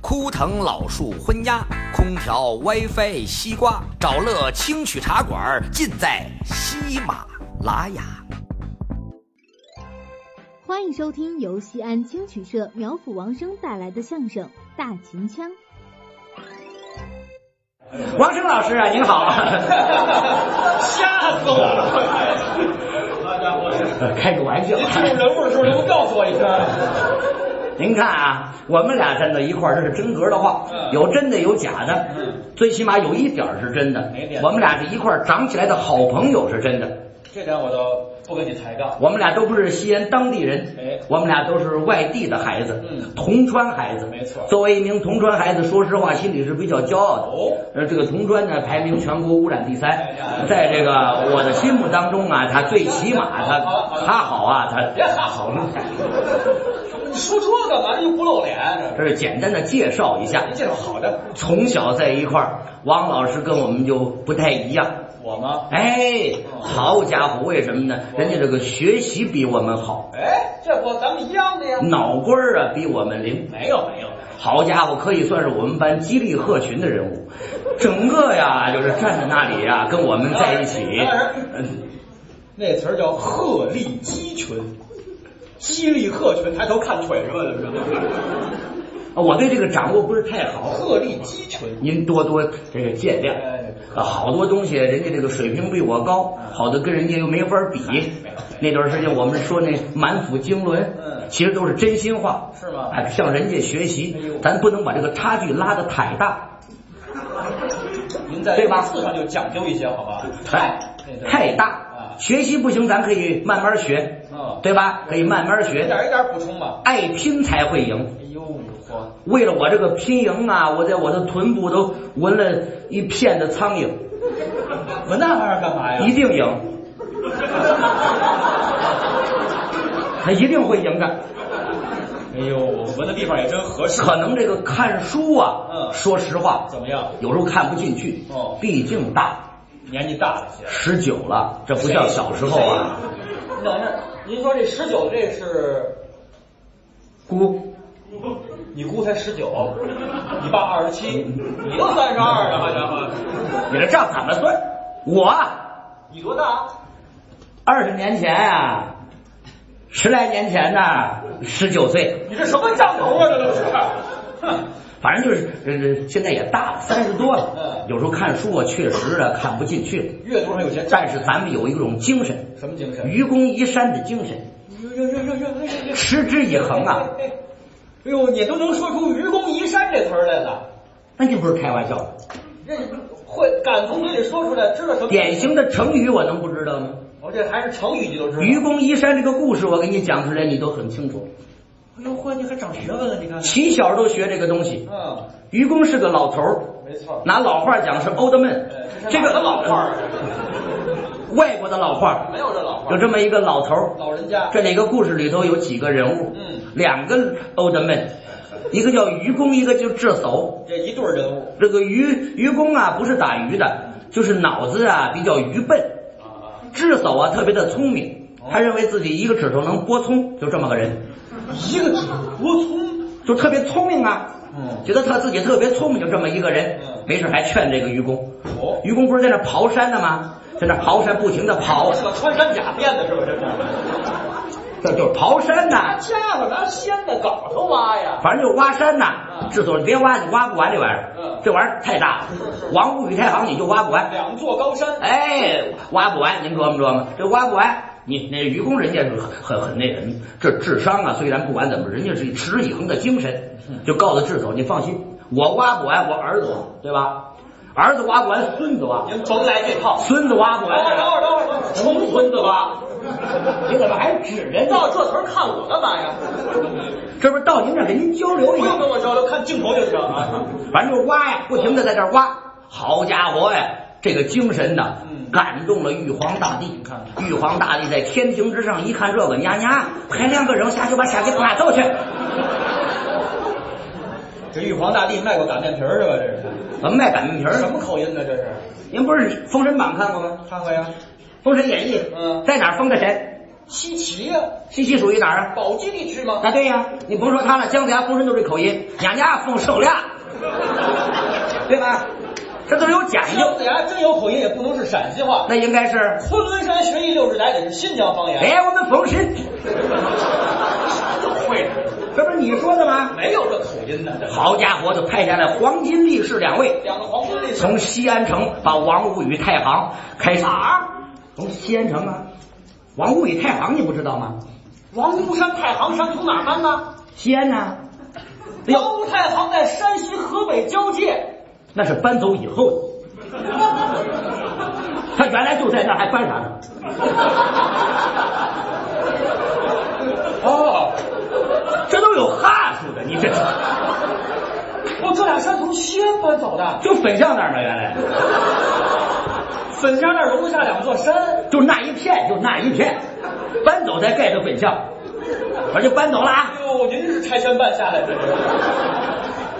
枯藤老树昏鸦，空调 WiFi 西瓜，找乐清曲茶馆，尽在喜马拉雅。欢迎收听由西安青曲社苗阜王声带来的相声《大秦腔》。王声老师啊，您 好！吓死我了！开个玩笑啊您，进入人物的时候，您不告诉我一声？您看啊，我们俩站在一块儿，这是真格的话，嗯有真的有假的，最起码有一点儿是真的哪点，我们俩这一块儿长起来的好朋友是真的，这点我倒不跟你抬杠。我们俩都不是西安当地人哎，我们俩都是外地的孩子嗯，铜川孩子，没错作为一名铜川孩子，说实话，心里是比较骄傲的。哦呃，这个铜川呢，排名全国污染第三哎呀，在这个我的心目当中啊，他最起码他好了好了他好啊，他别哈好了，你说这干嘛？又不露脸，啊这是简单的介绍一下这。您介绍好的，从小在一块儿，王老师跟我们就不太一样。我吗？哎，好家伙，为什么呢？人家这个学习比我们好，哎，这不咱们一样的呀？脑瓜儿啊比我们灵。没有没有，好家伙，可以算是我们班激励鹤群的人物，整个呀就是站在那里呀、跟我们在一起。嗯那词儿叫鹤立鸡群，鸡立鹤群，抬头看腿是吧？这是呃我对这个掌握不是太好，鹤立鸡群，您多多这个见谅。哎嗯啊，好多东西人家这个水平比我高，好的跟人家又没法比。哎那段时间我们说那满腹经纶，嗯其实都是真心话，是吗哎，向人家学习哎呦，咱不能把这个差距拉得太大，您在对吧字上就讲究一些，好吧？哎太那个太啊大。学习不行，咱可以慢慢学嗯，对吧？可以慢慢一学，点一点补充吧。爱拼才会赢。哎呦，嚯！为了我这个拼赢啊，我在我的臀部都纹了一片的苍蝇，我那玩意儿干嘛一呀？定赢。他一定会赢的。哎呦，我闻的地方也真合适。可能这个看书啊，嗯说实话，怎么样？有时候看不进去，哦毕竟大，年纪大了些。十九了，这不像小时候啊。您 等一下，您说这十九这是？姑，你姑才十九，你爸二十七，你都三十二了，好家伙！你这账怎么算？我啊你多大？二十年前啊，十来年前呢、十九岁，你这什么账头啊？这都是。 哼反正就是呃，现在也大了，三十多了嗯，有时候看书啊，确实啊看不进去了。阅读上有些嗯但是咱们有一种精神，什么精神？愚公移山的精神，呦呦呦呦呦呦呦！持之以恒 啊。哎呦，你都能说出“愚公移山”这词儿来了。那就不是开玩笑了。这会感从嘴里说出来，知道什么？典型的成语我能不知道吗？我这还是成语，你都知道。愚公移山这个故事，我给你讲出来，你都很清楚。哎呦嚯，你还长学问了，你看。起小都学这个东西。嗯，愚公是个老头儿，没错。拿老话讲是 old man，呃这个哪儿的老话儿啊外国的老话儿，没有这老话有儿，这么一个老头儿。老人家。这里个故事里头有几个人物，嗯两个 old man，一个叫愚公，一个叫智叟。这一对儿人物这个愚愚公啊，不是打鱼的，就是脑子啊比较愚笨，啊，智叟啊特别的聪明，哦他认为自己一个指头能拨葱，就这么个人，一个指拨葱，就特别聪明啊，嗯觉得他自己特别聪明，就这么一个人嗯，没事还劝这个愚公，哦，愚公不是在那刨山呢吗？在那刨山，不停的刨，这穿山甲变的是吧？这是。这就是刨山呐、家伙，拿掀的镐头挖呀！反正就是挖山呐嗯。智叟，你别挖，你挖不完这玩意儿嗯，这玩意儿太大了，王屋与太行你就挖不完。两座高山，哎，挖不完，您琢磨琢磨，这挖不完。你那愚公人家是很很那什么，这智商啊，虽然不管怎么，人家是持之以恒的精神，嗯就告诉智叟，你放心，我挖不完，我儿子挖，对吧？儿子挖不完，孙子挖，您甭来这套。孙子挖不等会儿，等完，会儿，等会儿等会儿，重孙子挖。你怎么还指人呢？照这词儿看我干嘛呀？这不是到您这儿给您交流不一下用，跟我交流，看镜头就行啊。反正就是挖呀，不停的在这儿挖。好家伙呀，这个精神呐，嗯感动了玉皇大帝。看玉皇大帝在天庭之上一看这个呀呀，派两个人下去把下给打走去。这玉皇大帝卖过擀面皮儿是吧？这怎么卖擀面皮是什儿？么口音呢？这是？您不是《封神榜》看过吗？看看呀， 《封神演义》嗯在哪儿封的神？稀奇呀、西西属于哪儿啊？宝鸡地区吗？啊，对呀、你甭说他了，姜子牙、风神都这口音，俺家风手亮，对吧？这都是有讲姜究，子牙真哎有口音，也不能是陕西话。那应该是昆仑山学艺六十载，得是新疆方言。哎，我们冯神，会这不是你说的吗？没有这口音的。，好家伙，就派下来黄金力士两位，两个皇军历史从西安城把王武与太行开始啊，从西安城啊，王武与太行你不知道吗？王屋山、太行山从哪儿搬呢？西安呢、哎王屋太行在山西河北交界，那是搬走以后的。他原来就在那儿，还搬啥呢？哦，这都有哈数的，你这哦，这俩山从西安搬走的。就粉巷那儿呢，原来粉家那儿容不下两座山，就那一片，就那一片，搬走才盖的粉巷，我就搬走了啊。哎呦，您是拆迁办下来的，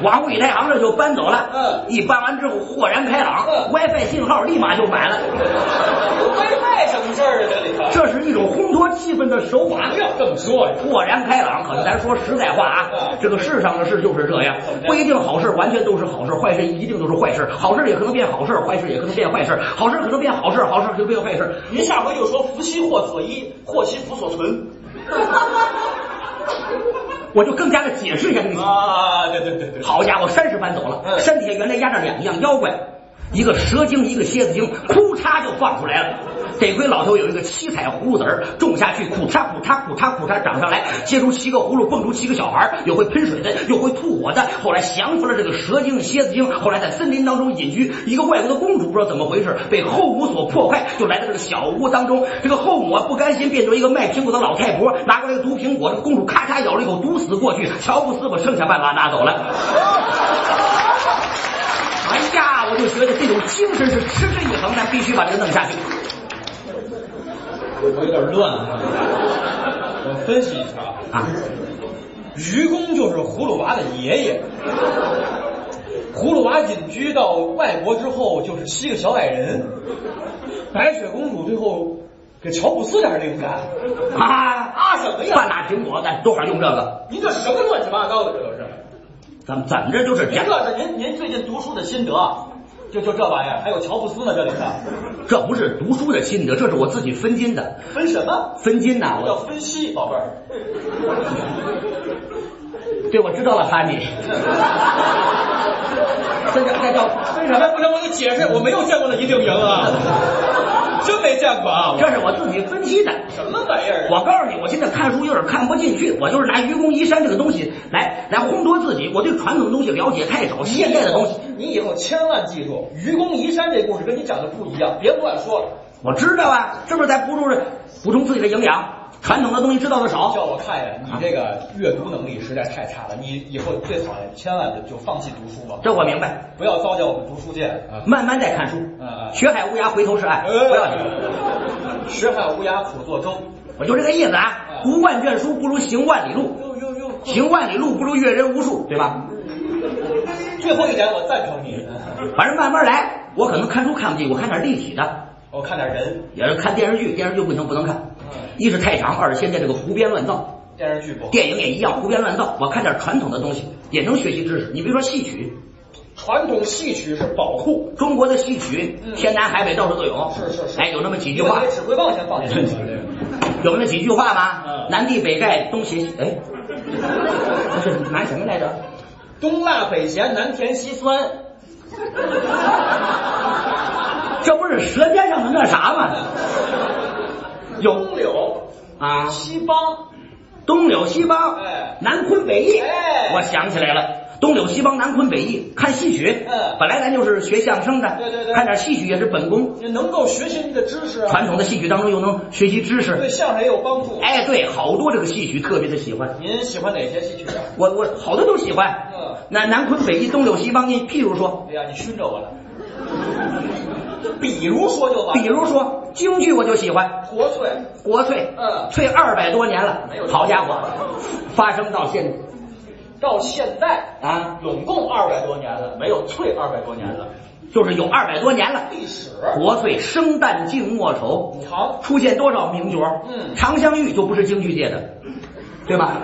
王武太行这就搬走了，嗯一搬完之后豁然开朗、嗯 w i f i 信号立马就买了，没卖什么事儿啊，这里头。这是一种烘托气氛的手法。要这么说呀，豁然开朗，可是咱说实在话啊嗯，这个世上的事就是这样，不一定好事完全都是好事，坏事一定都是坏事，好事也可能变好事，坏事也可能变坏事，好事可能变好事，好事可能变坏事。您下回就说福兮祸所依，祸兮福所存。我就更加的解释一下这个情况。啊，对对对对，好家伙，山是搬走了，嗯山底下原来压着两样妖怪，一个蛇精，一个蝎子精，哭嚓就放出来了。得亏老头有一个七彩葫芦籽儿，种下去，苦嚓苦嚓苦嚓苦嚓长上来，结出七个葫芦，蹦出七个小孩儿，有会喷水的，有会吐火的。后来降服了这个蛇精、蝎子精，后来在森林当中隐居。一个外国的公主不知道怎么回事，被后母所迫害，就来到这个小屋当中。这个后母啊不甘心，变成一个卖苹果的老太婆，拿过来一个毒苹果，这个公主咔嚓咬了一口，毒死过去。乔布斯把剩下半拉拿走了。哎呀，我就觉得这种精神是持之以恒，咱必须把这个弄下去。我有点乱啊。我分析一下啊，啊，愚公就是葫芦娃的爷爷。葫芦娃隐居到外国之后，就是七个小矮人。白雪公主最后给乔布斯点灵感。啊，啊什么呀？半拉苹果，咱多会儿用这个？您这什么乱七八糟的，这都是？怎么怎么着就是您这，这是您您最近读书的心得啊，就就这玩意儿，还有乔布斯呢，这里头这不是读书的心得，这是我自己分金的，分什么？分金呐、要我分析，宝贝儿。对我知道了，哈你。这叫这叫分什么？不能我给你解释，我没有见过那一定赢啊， 真没见过啊这是我自己分析的。什么玩意儿啊？我告诉你，我现在看书有点看不进去，我就是拿愚公移山这个东西来来烘托自己。我对传统的东西了解太少，现代的东西你以后千万记住，愚公移山这故事跟你讲的不一样，别乱说了。我知道啊，这不是在补充补充自己的营养？传统的东西知道的叫少，我看呀，你这个阅读能力实在太差了，你以后最好千万就就放弃读书吧，这我明白。不要糟践我们读书界啊。慢慢再看书嗯，呃嗯学海无涯，回头是岸。不要紧，呃，识海无涯苦作舟。我就这个意思啊。嗯读万卷书不如行万里路，呦呦呦！行万里路不如阅人无数，对吧？最后一点我赞成你，反正慢慢来。我可能看书看不进，我看点立体的，我看点人，也是看电视剧，电视剧不行，不能看嗯。一是太长，二是现在这个胡编乱造。电视剧不好，电影也一样，胡编乱造。我看点传统的东西，也能学习知识。你比如说戏曲，传统戏曲是宝库，中国的戏曲，嗯天南海北到处都有。是是是哎，有那么几你句话把这，指挥棒 先放进去。有那几句话吗？嗯南帝北丐东邪，哎，不是南什么来着？东辣北咸，南甜西酸，这不是舌尖上的那啥吗？有东柳啊，西梆，东柳西梆，哎南昆北弋。哎我想起来了。东柳西梆，南昆北弋，看戏曲。嗯本来咱就是学相声的，对对对看点戏曲也是本功。你能够学习你的知识啊，传统的戏曲当中又能学习知识，对相声也有帮助。哎，对，好多这个戏曲特别的喜欢，您喜欢哪些戏曲啊？我我好多都喜欢。嗯南南昆北弋东柳西梆，你譬如说，哎呀，你熏着我了。比如说就完比，如说京剧我就喜欢，国粹国粹，嗯粹二百多年了没有，好家伙，发生到现到现在啊，拢共二百多年了，没有退二百多年了，就是有二百多年了。历史国粹生旦净末丑，好出现多少名角？嗯常香玉就不是京剧界的，对吧？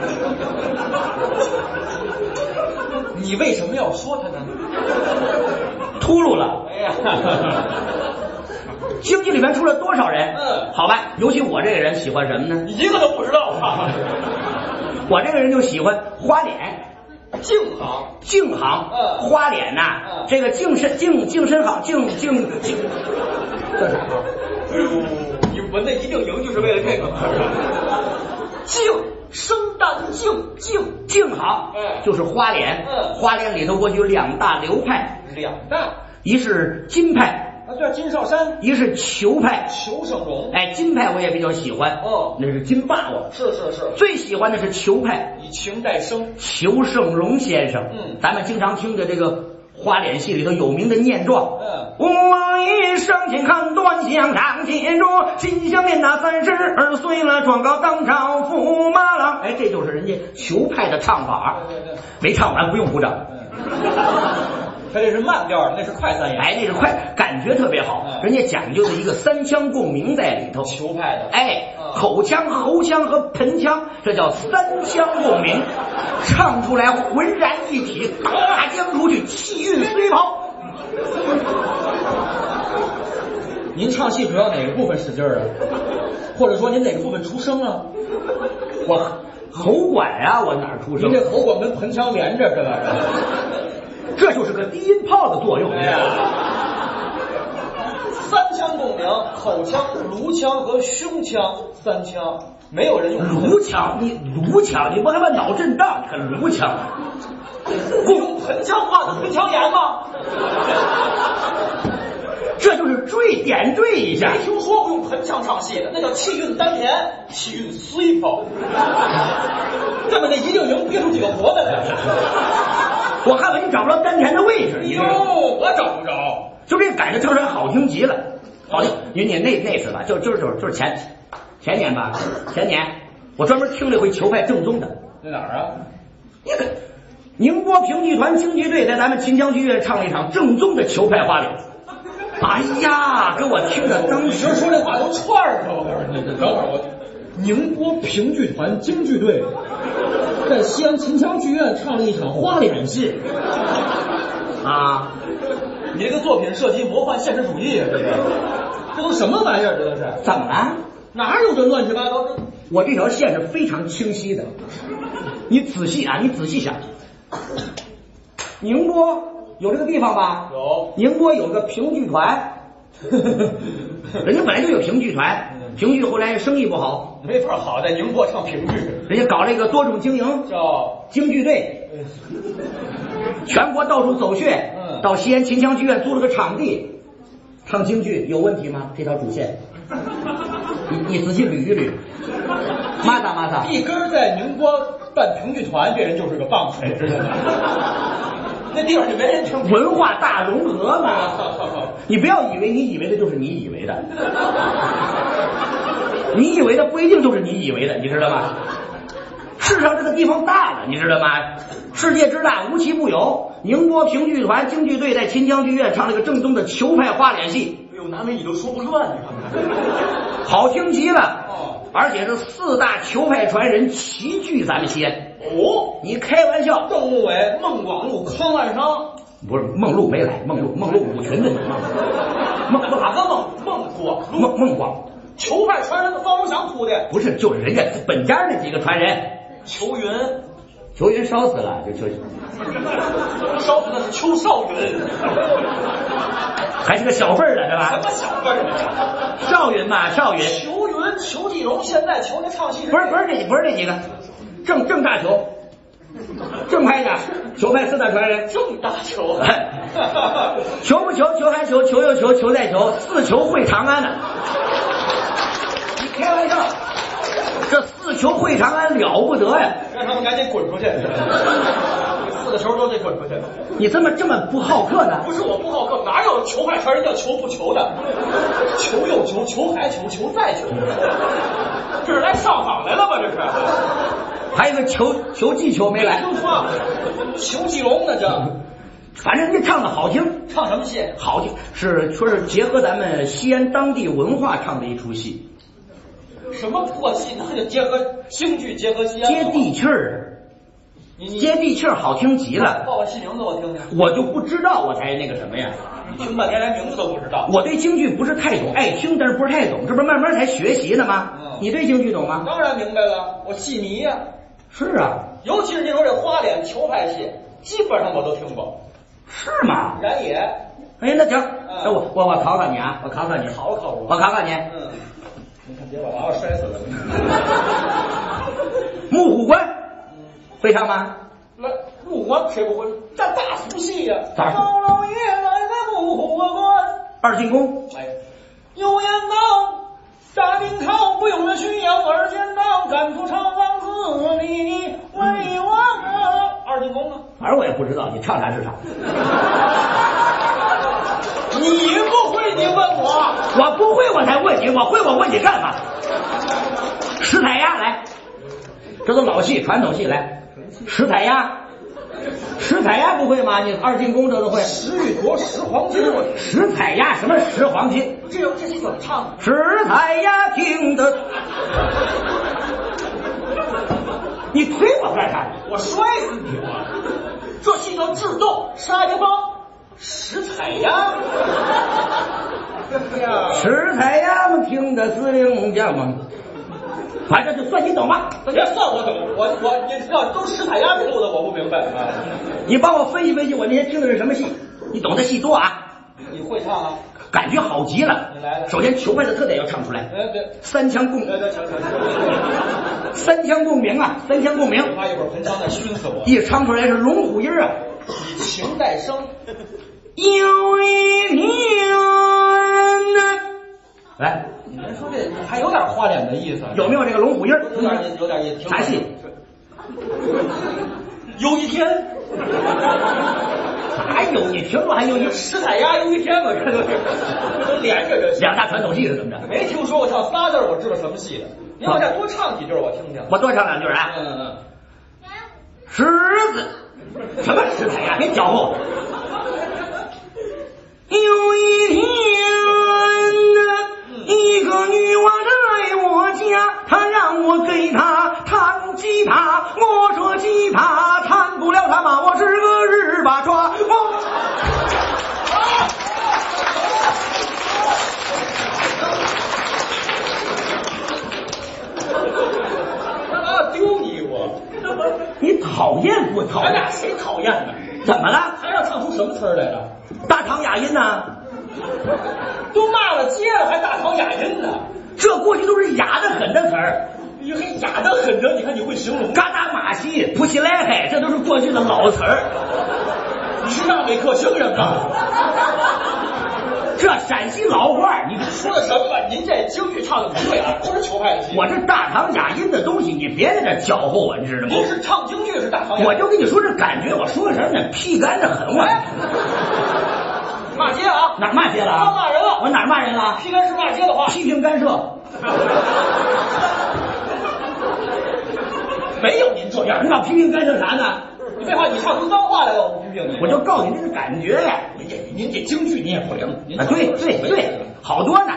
你为什么要说 他呢？秃噜了。哎呀， 京剧里面出了多少人？嗯好吧，尤其我这个人喜欢什么呢？一个都不知道啊！ 我这个人就喜欢花脸。净行净行，嗯花脸呐、嗯这个净身净净身好，净净净，这啥？哎呦，你闻的一定赢，就是为了这个。净生旦净净净好，嗯就是花脸，嗯花脸里头过去有两大流派，两大，一是金派，那叫金少山、一是裘派。裘盛戎。哎，金派我也比较喜欢，哦那是金霸王。是是是，最喜欢的是裘派，以情代生。裘盛戎先生，嗯咱们经常听的这个花脸戏里头有名的念状，嗯吾王一生前看端详长锦桌，心相念那三十二岁了，状告当朝驸马郎。哎，这就是人家裘派的唱法，对对对没唱完不用鼓 掌。他这是慢调，那是快三言。哎，那是快，感觉特别好，嗯人家讲究的一个三腔共鸣在里头。裘派的，哎，嗯口腔、喉腔和盆腔，这叫三腔共鸣，唱出来浑然一体，大江出去，气韵虽抛。您唱戏主要哪个部分使劲儿啊？或者说您哪个部分出声啊？我喉管啊，我哪儿出您声？这喉管跟盆腔连着，这玩意儿。这就是个低音炮的作用。哎呀，三腔共鸣，口腔、颅腔和胸腔三腔，没有人用颅腔，你颅腔，你不害怕脑震荡？你看颅腔，不用盆腔画的盆腔炎吗？这就是缀点缀一下没。听说过用盆腔唱戏的，那叫气韵丹田，气韵虽抛。这么的一定能憋出几个活的来。 我看看你找不着丹田的位置，你这哟，哎我找不着。就这改的唱出来好听极了，好听。你你那那次吧，就就是就是就是前前年吧，前年我专门听了一回球派正宗的。在哪儿啊？你看，宁波评剧团京剧队在咱们秦腔剧院唱了一场正宗的球派花脸。哎呀，给我听的当你时这说这话都串儿上了，我告诉你，等会儿我。宁波评剧团京剧队在西安秦腔剧院唱了一场花脸戏。啊，你这个作品涉及魔幻现实主义啊，这个，这都什么玩意儿？这都是怎么了？哪有这乱七八糟？这我这条线是非常清晰的，你仔细啊，你仔细想，宁波有这个地方吧？有宁波有个评剧团， 人家本来就有评剧嗯团，评剧后来生意不好，没法好，在宁波唱评剧人家搞了一个多种经营叫呃京剧队，全国到处走穴，嗯到西安秦腔剧院租了个场地，唱京剧有问题吗？这条主线，你你仔细捋一捋，马达马达，一根儿在宁波办评剧团，这人就是个棒槌，知道吗？ 那地方就没人听评剧。文化大融合嘛。你不要以为你以为的就是你以为的，你以为的不一定就是你以为的，你知道吗？世上这个地方大了，你知道吗？世界之大，无奇不有。宁波评剧团京剧队在秦腔剧院唱了个正宗的裘派花脸戏，哎呦，难为你都说不乱，你看看。好听极了哦，而且是四大裘派传人齐聚咱们西安。哦，你开玩笑？邓木伟、孟广禄、康万商，不是，梦露没来，梦露，梦露舞群的，梦梦哪个孟孟广禄？梦梦广。球派传人的方荣祥徒弟，不是，就是人家本家那几个传人，裘云，裘云烧死了，就就烧的那是邱少云，还是个小辈儿的，是什么吧？小辈儿？少云嘛，少云，裘云、裘继荣现在求那唱戏不是不是这不是这几个，正正大裘，正派的裘派四大传人，这么大球哎裘不裘，裘还裘，裘又裘，裘再裘，四裘会长安呢。你开玩笑，这四裘会长安了不得呀！ 让他们赶紧滚出去！四个球都得滚出去！你这么这么不好客呢？不是我不好客，哪有球派传人叫球不球的？球又球，球还球，球再球，这是来上访来了吧？这是还有个裘裘继裘没来，听话，裘继荣那叫反正人家唱的好听，唱什么戏？好听是说是结合咱们西安当地文化唱的一出戏，什么破戏？那就结合京剧，结合西安接地气儿，你你接地气儿好听极了。报个戏名字我听听。我就不知道，我才那个什么呀？你听半天连名字都不知道。我对京剧不是太懂，爱听但是不是太懂，这不是慢慢才学习呢吗嗯？你对京剧懂吗？当然明白了，我戏迷呀、是啊，尤其是那种这花脸裘派戏，基本上我都听过。是吗？然也，哎，那行，那我我我考考你啊，我考考你，考嗯考我我考考你，嗯，你看别把娃娃摔死了。木虎关会唱吗？那木我学不会，那大俗戏呀、咋高老爷来了木我关，二进宫哎，有言道。大明朝不用了需要二尖刀，赶出朝王子你为王啊！二进宫啊！反正我也不知道，你唱啥是啥，你不会，你问我。我不会我才问你，我会我问你干嘛？石彩鸭来，这都老戏传统戏来，石彩鸭，石彩鸭不会吗？你二进宫这都会，石玉镯，石黄金，我石彩鸭什么石黄金？这这戏怎么唱？石彩呀，听得，你推我干啥？我摔死你！我这戏叫智斗沙家浜石彩呀！哎呀，石彩呀嘛，听得司令家嘛，反正就算你懂吧。别算我懂，我我你知道都石彩呀给录的，我不明白啊。你帮我分析分析，我那天听的是什么戏？你懂的戏多啊，你会唱啊？感觉好极了。你来了首先球派的特点要唱出来，哎别，三腔共别别瞧瞧瞧！三腔共鸣啊，三腔共鸣，我怕一会儿盆腔再熏死我。一唱出来是龙虎音儿啊。以情代声，有一年，来，你们说这还有点花脸的意思？有没有这个龙虎音儿？有点有点也挺啥戏？有一天。哎呦，你听着还有一吃彩鸭有一天吧，这都是这连着这是两大传统戏是怎么着？没听说过唱仨字儿，我知道什么戏的。你往下多唱几句，我听听。我多唱两句啊。嗯嗯狮子，什么狮子呀？别搅和我。有一天呐，一个女娃来我家，她让我给她弹吉他，我说吉他弹不了，她骂我是个日把抓。我嗯，啊，丢你我！你讨厌不讨咱俩厌？哎谁讨厌呢？怎么了？还让唱出什么词儿来了？大唐雅音呐、都骂了街了，还大唐雅音呢？这过去都是雅的很的词儿。你还雅得很着，你看你会形容？嘎达马戏、扑起来海，这都是过去的老词儿。你是让美克星人吗？这陕西老话儿，你说的什么？您这京剧唱的不对啊，不是球派戏，我这大唐雅音的东西，你别在这搅和我，你知道吗不？是唱京剧，是大唐雅。我就跟你说这感觉，我说什么呢？屁干的很，我骂街啊！哪儿骂街了啊？他哎骂人了，我哪儿骂人了？啊批干是骂街的话。批评 干涉，没有您这样你的，老批评干涉啥呢？你废话，你唱出脏话来了，我不批评你。我就告诉你这个感觉呀。您这您这京剧你也不灵，您啊，对对对，好多呢。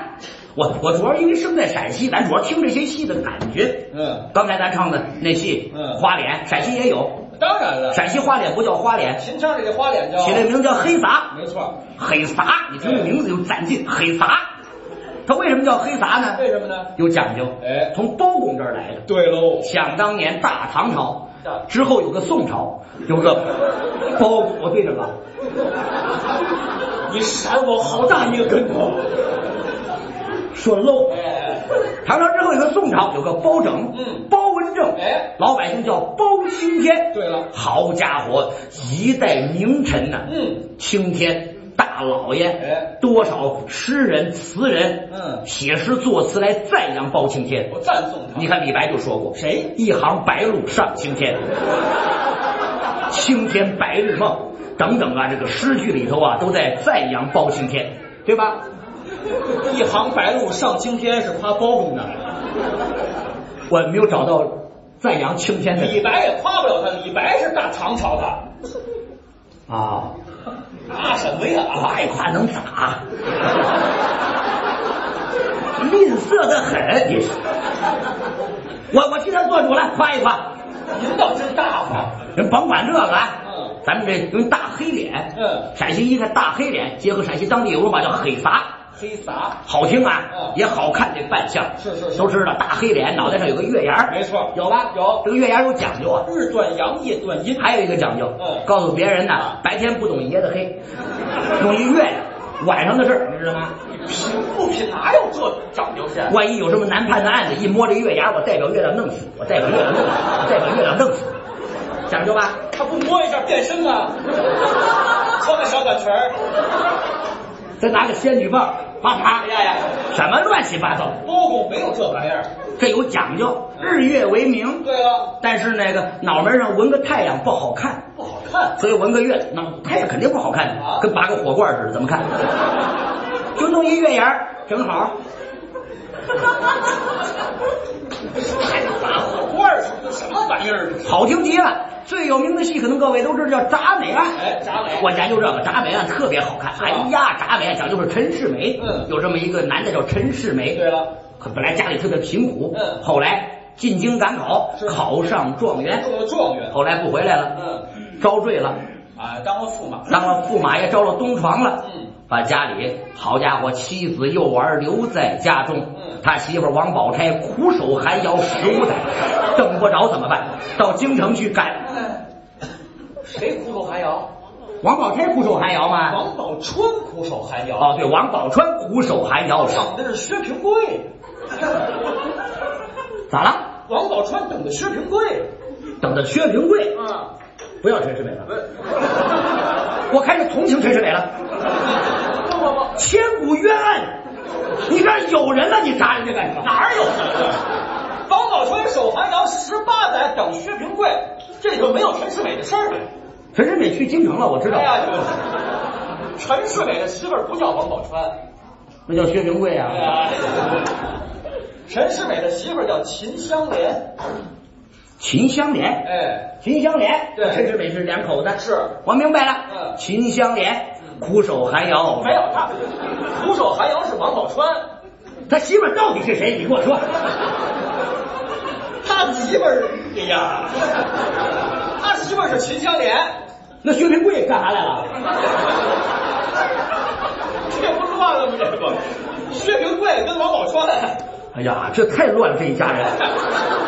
我我主要因为生在陕西，咱主要听这些戏的感觉。嗯，刚才咱唱的那戏，嗯花脸，陕西也有，当然了，陕西花脸不叫花脸，秦腔里这花脸叫，起的名叫黑撒，没错，黑撒，你嗯听这名字就攒劲，黑撒。它为什么叫黑撒呢？为什么呢？有讲究，哎从包公这儿来的。对喽，想当年大唐朝大之后有个宋朝，有个包公，我对着了，你闪我好大一个跟头， 说漏。哎，唐朝之后有个宋朝，有个包拯，嗯包文正，哎老百姓叫包青天。对了好家伙，一代名臣呐、嗯，青天大老爷，哎多少诗人词人，嗯写诗作词来赞扬包青天。我赞颂他，你看李白就说过，谁？一行白鹭上青天，青天白日梦等等啊，这个诗句里头啊，都在赞扬包青天，对吧？一行白鹭上青天是夸包公的，我没有找到赞扬青天的李白也夸不了他，李白是大唐朝的，啊，啊什么呀？啊夸一夸能咋？吝啬的很，你是。我我替他做主了，夸一夸。您倒真大方。 人甭管这个啊，嗯咱们这用大黑脸，嗯陕西一个大黑脸，结合陕西当地有个话叫黑啥，黑撒，好听啊，嗯也好看这扮相，是是是都知道大黑脸脑袋上有个月牙儿没错有吧？有这个月牙儿有讲究啊，日断阳，夜断阴。还有一个讲究，嗯告诉别人呢，白天不懂爷的黑，懂一月亮，晚上的事儿，你知道吗？品不品哪有这讲究去？万一有什么难判的案子，一摸这月牙，我代表月亮弄死，我代表月亮弄死，我代表月亮弄死，讲究吧？他不摸一下变身吗？穿个小短裙儿，再拿个仙女棒，啪啪，哎呀呀，什么乱七八糟，包公没有这玩意儿。这有讲究，日月为名。对了，但是那个脑门上纹个太阳不好看，不好看。所以纹个月，那太阳肯定不好看啊跟拔个火罐似的，怎么 看？就弄一月牙儿，正好。打火罐儿是什么玩意儿？好听极了。最有名的戏，可能各位都知道，叫《铡美案》。哎铡美我研究这个铡美案特别好看。是吧哎呀，铡美案讲究是陈世美，嗯有这么一个男的叫陈世美。对了，可本来家里特别贫苦，嗯后来进京赶考，是考上状元，中了状元。后来不回来了，嗯，招赘了，啊，当了驸马。当了驸马爷，招了东床了。嗯把家里好家伙，妻子幼儿留在家中，嗯他媳妇儿王宝钗苦守寒窑十五载，挣不着怎么办？到京城去干。 谁苦守寒窑？王宝钗苦守寒窑吗？王宝钏苦守寒窑。哦，对，王宝钏苦守寒窑是等的是薛平贵。咋了？王宝钏等的薛平贵。等着薛平贵，啊，不要陈世美了，嗯我开始同情陈世美了。不不 不，千古冤案，你这有人了，你砸人家干什么？哪有王宝钏守寒窑十八载等薛平贵，这里头没有陈世美的事儿呗。陈世美去京城了，我知道哎，呀，这个陈世美的媳妇儿不叫王宝钏，那叫薛平贵哎啊。呀，陈世美的媳妇儿叫秦香莲。秦香莲，哎，秦香莲，对陈世美是两口子，是我明白了。嗯秦香莲苦守寒窑，没有他，苦守寒窑是王宝钏，他媳妇儿到底是谁？你给 我说。他媳妇儿，哎呀，他媳妇儿是秦香莲。那薛平贵干啥来了？嗯这不乱了吗？这不，薛平贵跟王宝钏哎呀，这太乱了，这一家人。哎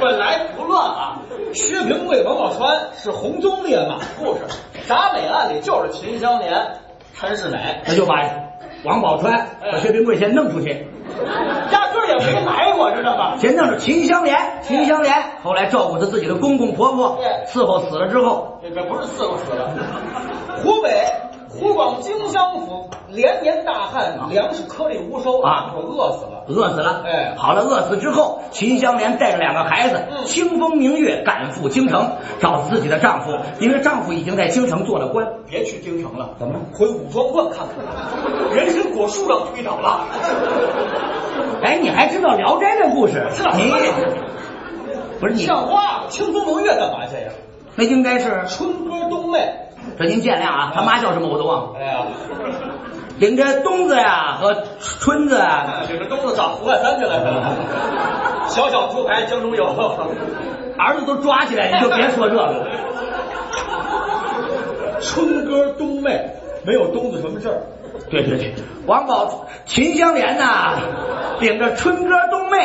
本来不乱啊。薛平贵、王宝钏是红鬃烈马故事，铡美案里就是秦香莲、陈世美，那就把王宝钏、哎把薛平贵先弄出去，嗯压根儿也没来过，知道吗？先弄着秦香莲。秦香莲后来照顾着自己的公公婆婆对，伺候死了之后，这不是伺候死的。湖北湖广荆襄府连年大旱，粮食颗粒无收啊我饿死了。饿死了。哎好了，饿死之后，秦香莲带着两个孩子，嗯清风明月赶赴京城，找自己的丈夫，因为丈夫已经在京城做了官。别去京城了，怎么了？回武装观看看， 人参果树让推倒了。 哎，你还知道《聊斋》的故事？知道你不是你，像话吗？清风明月干嘛去呀？那应该是春歌冬妹。这您见谅啊，他妈叫什么我都忘了。哎呀，领着冬子呀和春子啊，这个东子找胡汉三去了。小小猪排江中有， 儿子都抓起来，你就别说这个了。春歌冬妹没有东子什么事儿。对对对，王宝秦香莲呐，领着春哥冬妹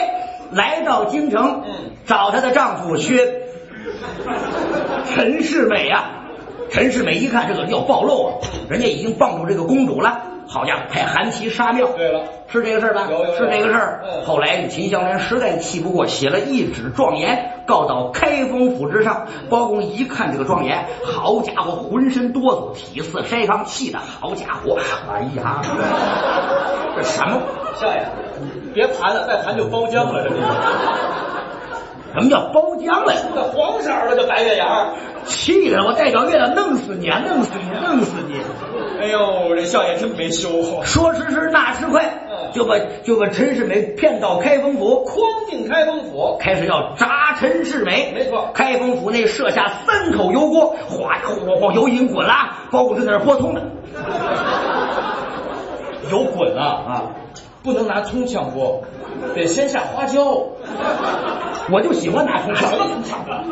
来到京城，嗯找她的丈夫薛陈世美啊。陈世美一看这个要暴露啊，人家已经傍住这个公主了，好家伙，派韩琦杀庙。对了，是这个事儿吧？有有有是这个事儿。嗯后来秦香莲实在气不过，写了一纸状言告到开封府之上。包公一看这个状言，好家伙，浑身哆嗦，体似筛糠，气的好家伙，哎呀，这什么？少爷，别盘了，再盘就包浆了。这什么叫包浆了？啊这黄色儿的就白月牙儿，气的我代表月亮弄死你啊，弄死你，弄死你！哎呦，这相爷真没羞好，说时迟，那时快嗯，就把就把陈世美骗到开封府，匡定开封府，开始要铡陈世美。没错开封府内设下三口油锅，哗哗哗哗，油已经滚了，包谷是在那儿拨葱呢。油滚了啊！不能拿葱炝锅，得先下花椒。我就喜欢拿葱什么烧，葱炝啊？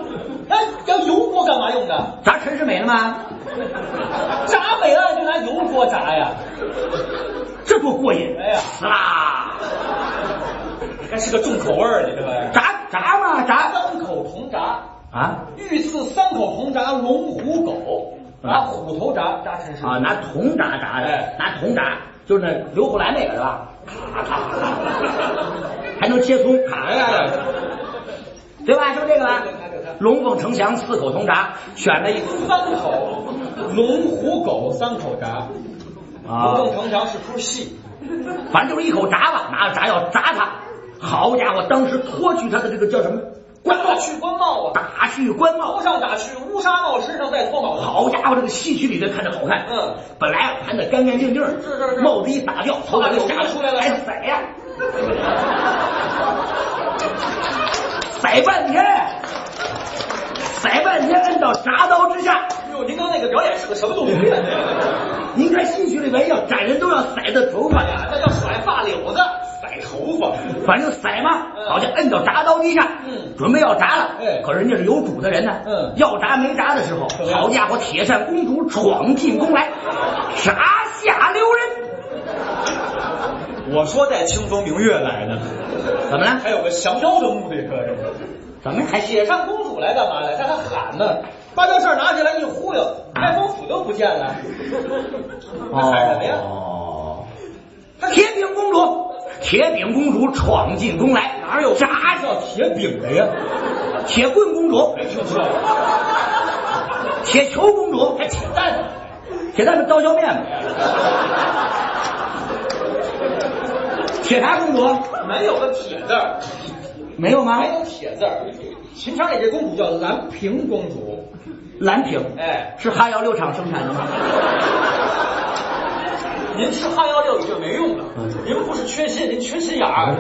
哎，要油锅干嘛用的？铡陈世美了吗？炸美了就拿油锅炸呀？这多过瘾！啊哎呀死啦！还是个重口味儿的，这玩意儿。炸炸嘛炸三口铜炸，啊御赐三口铜炸龙虎狗，拿虎头炸炸陈世美啊！拿铜炸炸的哎，拿铜炸，就是那刘胡兰那个是吧？ 咔咔咔咔，还能切葱，咔咔咔，对吧？就这个吧对对对对对。龙凤呈祥，四口铜炸，选了一三口龙虎狗三口炸，啊龙，凤呈祥是出戏，反正就是一口炸吧，拿着炸药炸他。好家伙，当时脱去他的这个叫什么官帽去官帽啊，打去官帽头，上打去乌纱帽，身上再脱帽子。好家伙，这个戏曲里头看着好看。嗯，本来盘的干干净净，是是是帽子一打掉，头发就下出来了还甩呀， 甩半天，甩半天，摁到铡刀之下。哟，您刚那个表演是个什么 东西呀？您看戏曲里边要斩人都要甩的头发哎呀，呀，那叫甩发绺子，甩头发。反正甩嘛，嗯好像摁到铡刀之下，嗯准备要铡了。哎可是人家是有主的人呢，嗯要铡没铡的时候怎，么样好家伙，铁扇公主闯进宫来，铡下留人。我说带清风明月来的，怎么了？还有个降妖的目的，可是怎么还哎铁扇公主来干嘛来？让她喊呢，把这事儿拿起来一忽悠，开封府都不见了，那喊什么呀？哦，铁饼公主，铁饼公主闯进宫来，哪有炸叫铁饼的呀？铁棍公主、没听说过。铁球公主，还铁蛋，铁蛋是刀削面吗？铁啥公主没有个铁字儿，没有吗没？有铁字儿。秦朝里这公主叫兰平公主，蓝屏哎，是哈窑六厂生产的吗？您吃哈腰料理就没用了，您不是缺心，您缺心眼儿，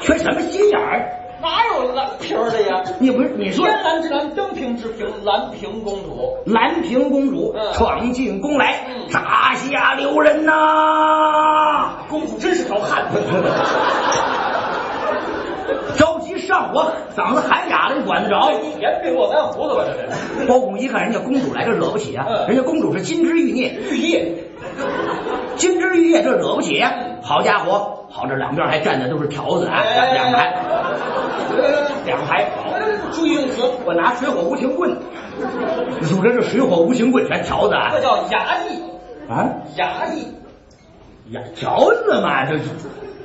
缺什么心眼儿？哪有蓝瓶儿的呀？你不是你说天蓝之蓝，登平之平，蓝平公主。兰平公主嗯闯进宫来，嗯铡下留人呐、公主真是条 汉子，着急上火，嗓子喊哑了，你管得着哎？你别被落单胡子吧，这人。包公一看人家公主来，这惹不起啊！嗯人家公主是金枝玉孽，玉叶，金枝玉叶，这惹不起。啊好家伙，好这两边还站的都是条子啊，两两排，两排。注意用词，我拿水火无情棍，数着这水火无情棍全条子啊这叫衙役，啊！衙役，呀，条子嘛，这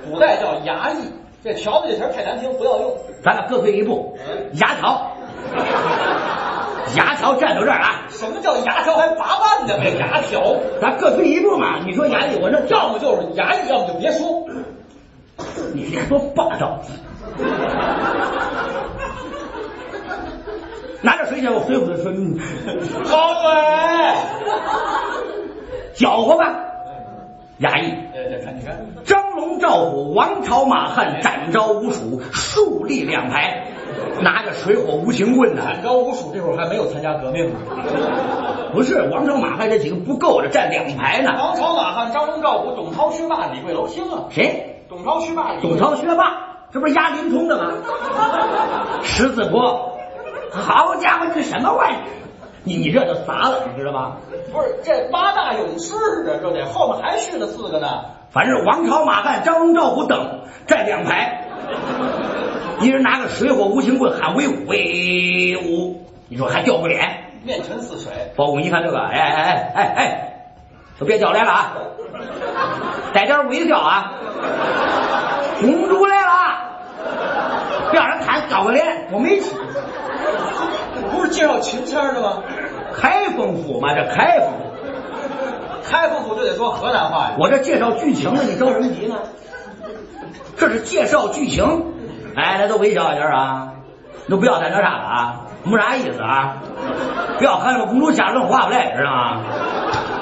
古代叫衙役。这条子这词儿太难听，不要用。咱俩各退一步，牙条，牙条站到这儿啊，什么叫牙条还拔腕呢？这牙条，咱各退一步嘛。你说牙里我这要跳，么就是衙役，要么就别说。你这多霸道！拿着水剪，我水浒的说，嗯好嘞，搅和吧，衙役。这这看你看，张龙赵虎，王朝马汉，展昭吴楚，竖立两排，拿着水火无情棍呢。满招无数，这会儿还没有参加革命呢。不是王朝马汉这几个不够的，站两排呢。王朝马汉、张龙赵虎、董超、薛霸、李桂楼星啊，谁？董超、薛霸、李董超学霸，这不是压林冲的吗？石子坡，好家伙，这什么玩意儿？你你这就砸了，你知道吗？不是这八大勇士啊，这得后面还续了四个呢。反正王朝马汉、张龙赵虎等站两排，一人拿个水火无情棍喊威武威武，你说还掉过脸？面沉似水，包公一看这个，哎哎哎哎哎，都别叫来了啊，在这儿围叫啊，红猪来了啊，不让人看搞个脸，我没起，不是介绍秦腔的吗？开封府嘛，这开封，开封府就得说河南话呀。我这介绍剧情呢，你着什么急呢？这是介绍剧情，哎，大家都微笑一下啊，你都不要在那啥了啊，没啥意思啊，不要看那个公主瞎说话不来，知道吗？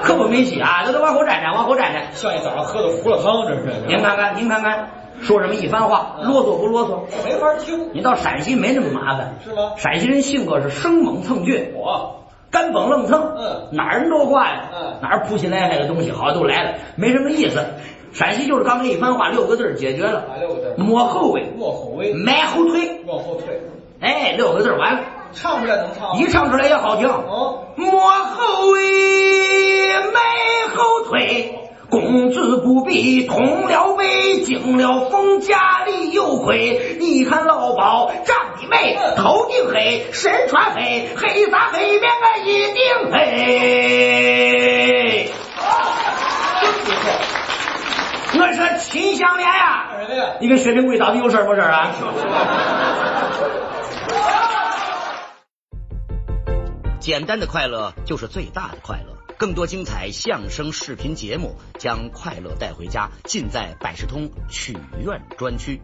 可不没戏啊！都得往后站站，往后站站。像一早上喝的胡辣汤，这是您看看，您看看，说什么一番话，啰嗦不啰嗦？没法听，你到陕西没那么麻烦，是吗陕西人性格是生猛蹭倔，我干蹦愣蹭，嗯哪儿人都挂呀，嗯哪儿扑起来害的东西好都来了，没什么意思。陕西就是刚才一番话六个字儿解决了，啊六个字儿抹后尾，莫后威，埋后腿，往后退，哎，六个字儿完了，唱出来能唱吗一？唱出来也好听。哦，莫后畏，迈后退，公子不必通了威，惊了风，家里有亏。你看老鸨长得美，头顶黑，身穿黑，黑啥黑面啊一定黑。我说秦香莲呀、干什么呀？你跟薛平贵到底有事儿不事儿啊？简单的快乐就是最大的快乐。更多精彩相声视频节目，将快乐带回家，尽在百事通曲苑专区。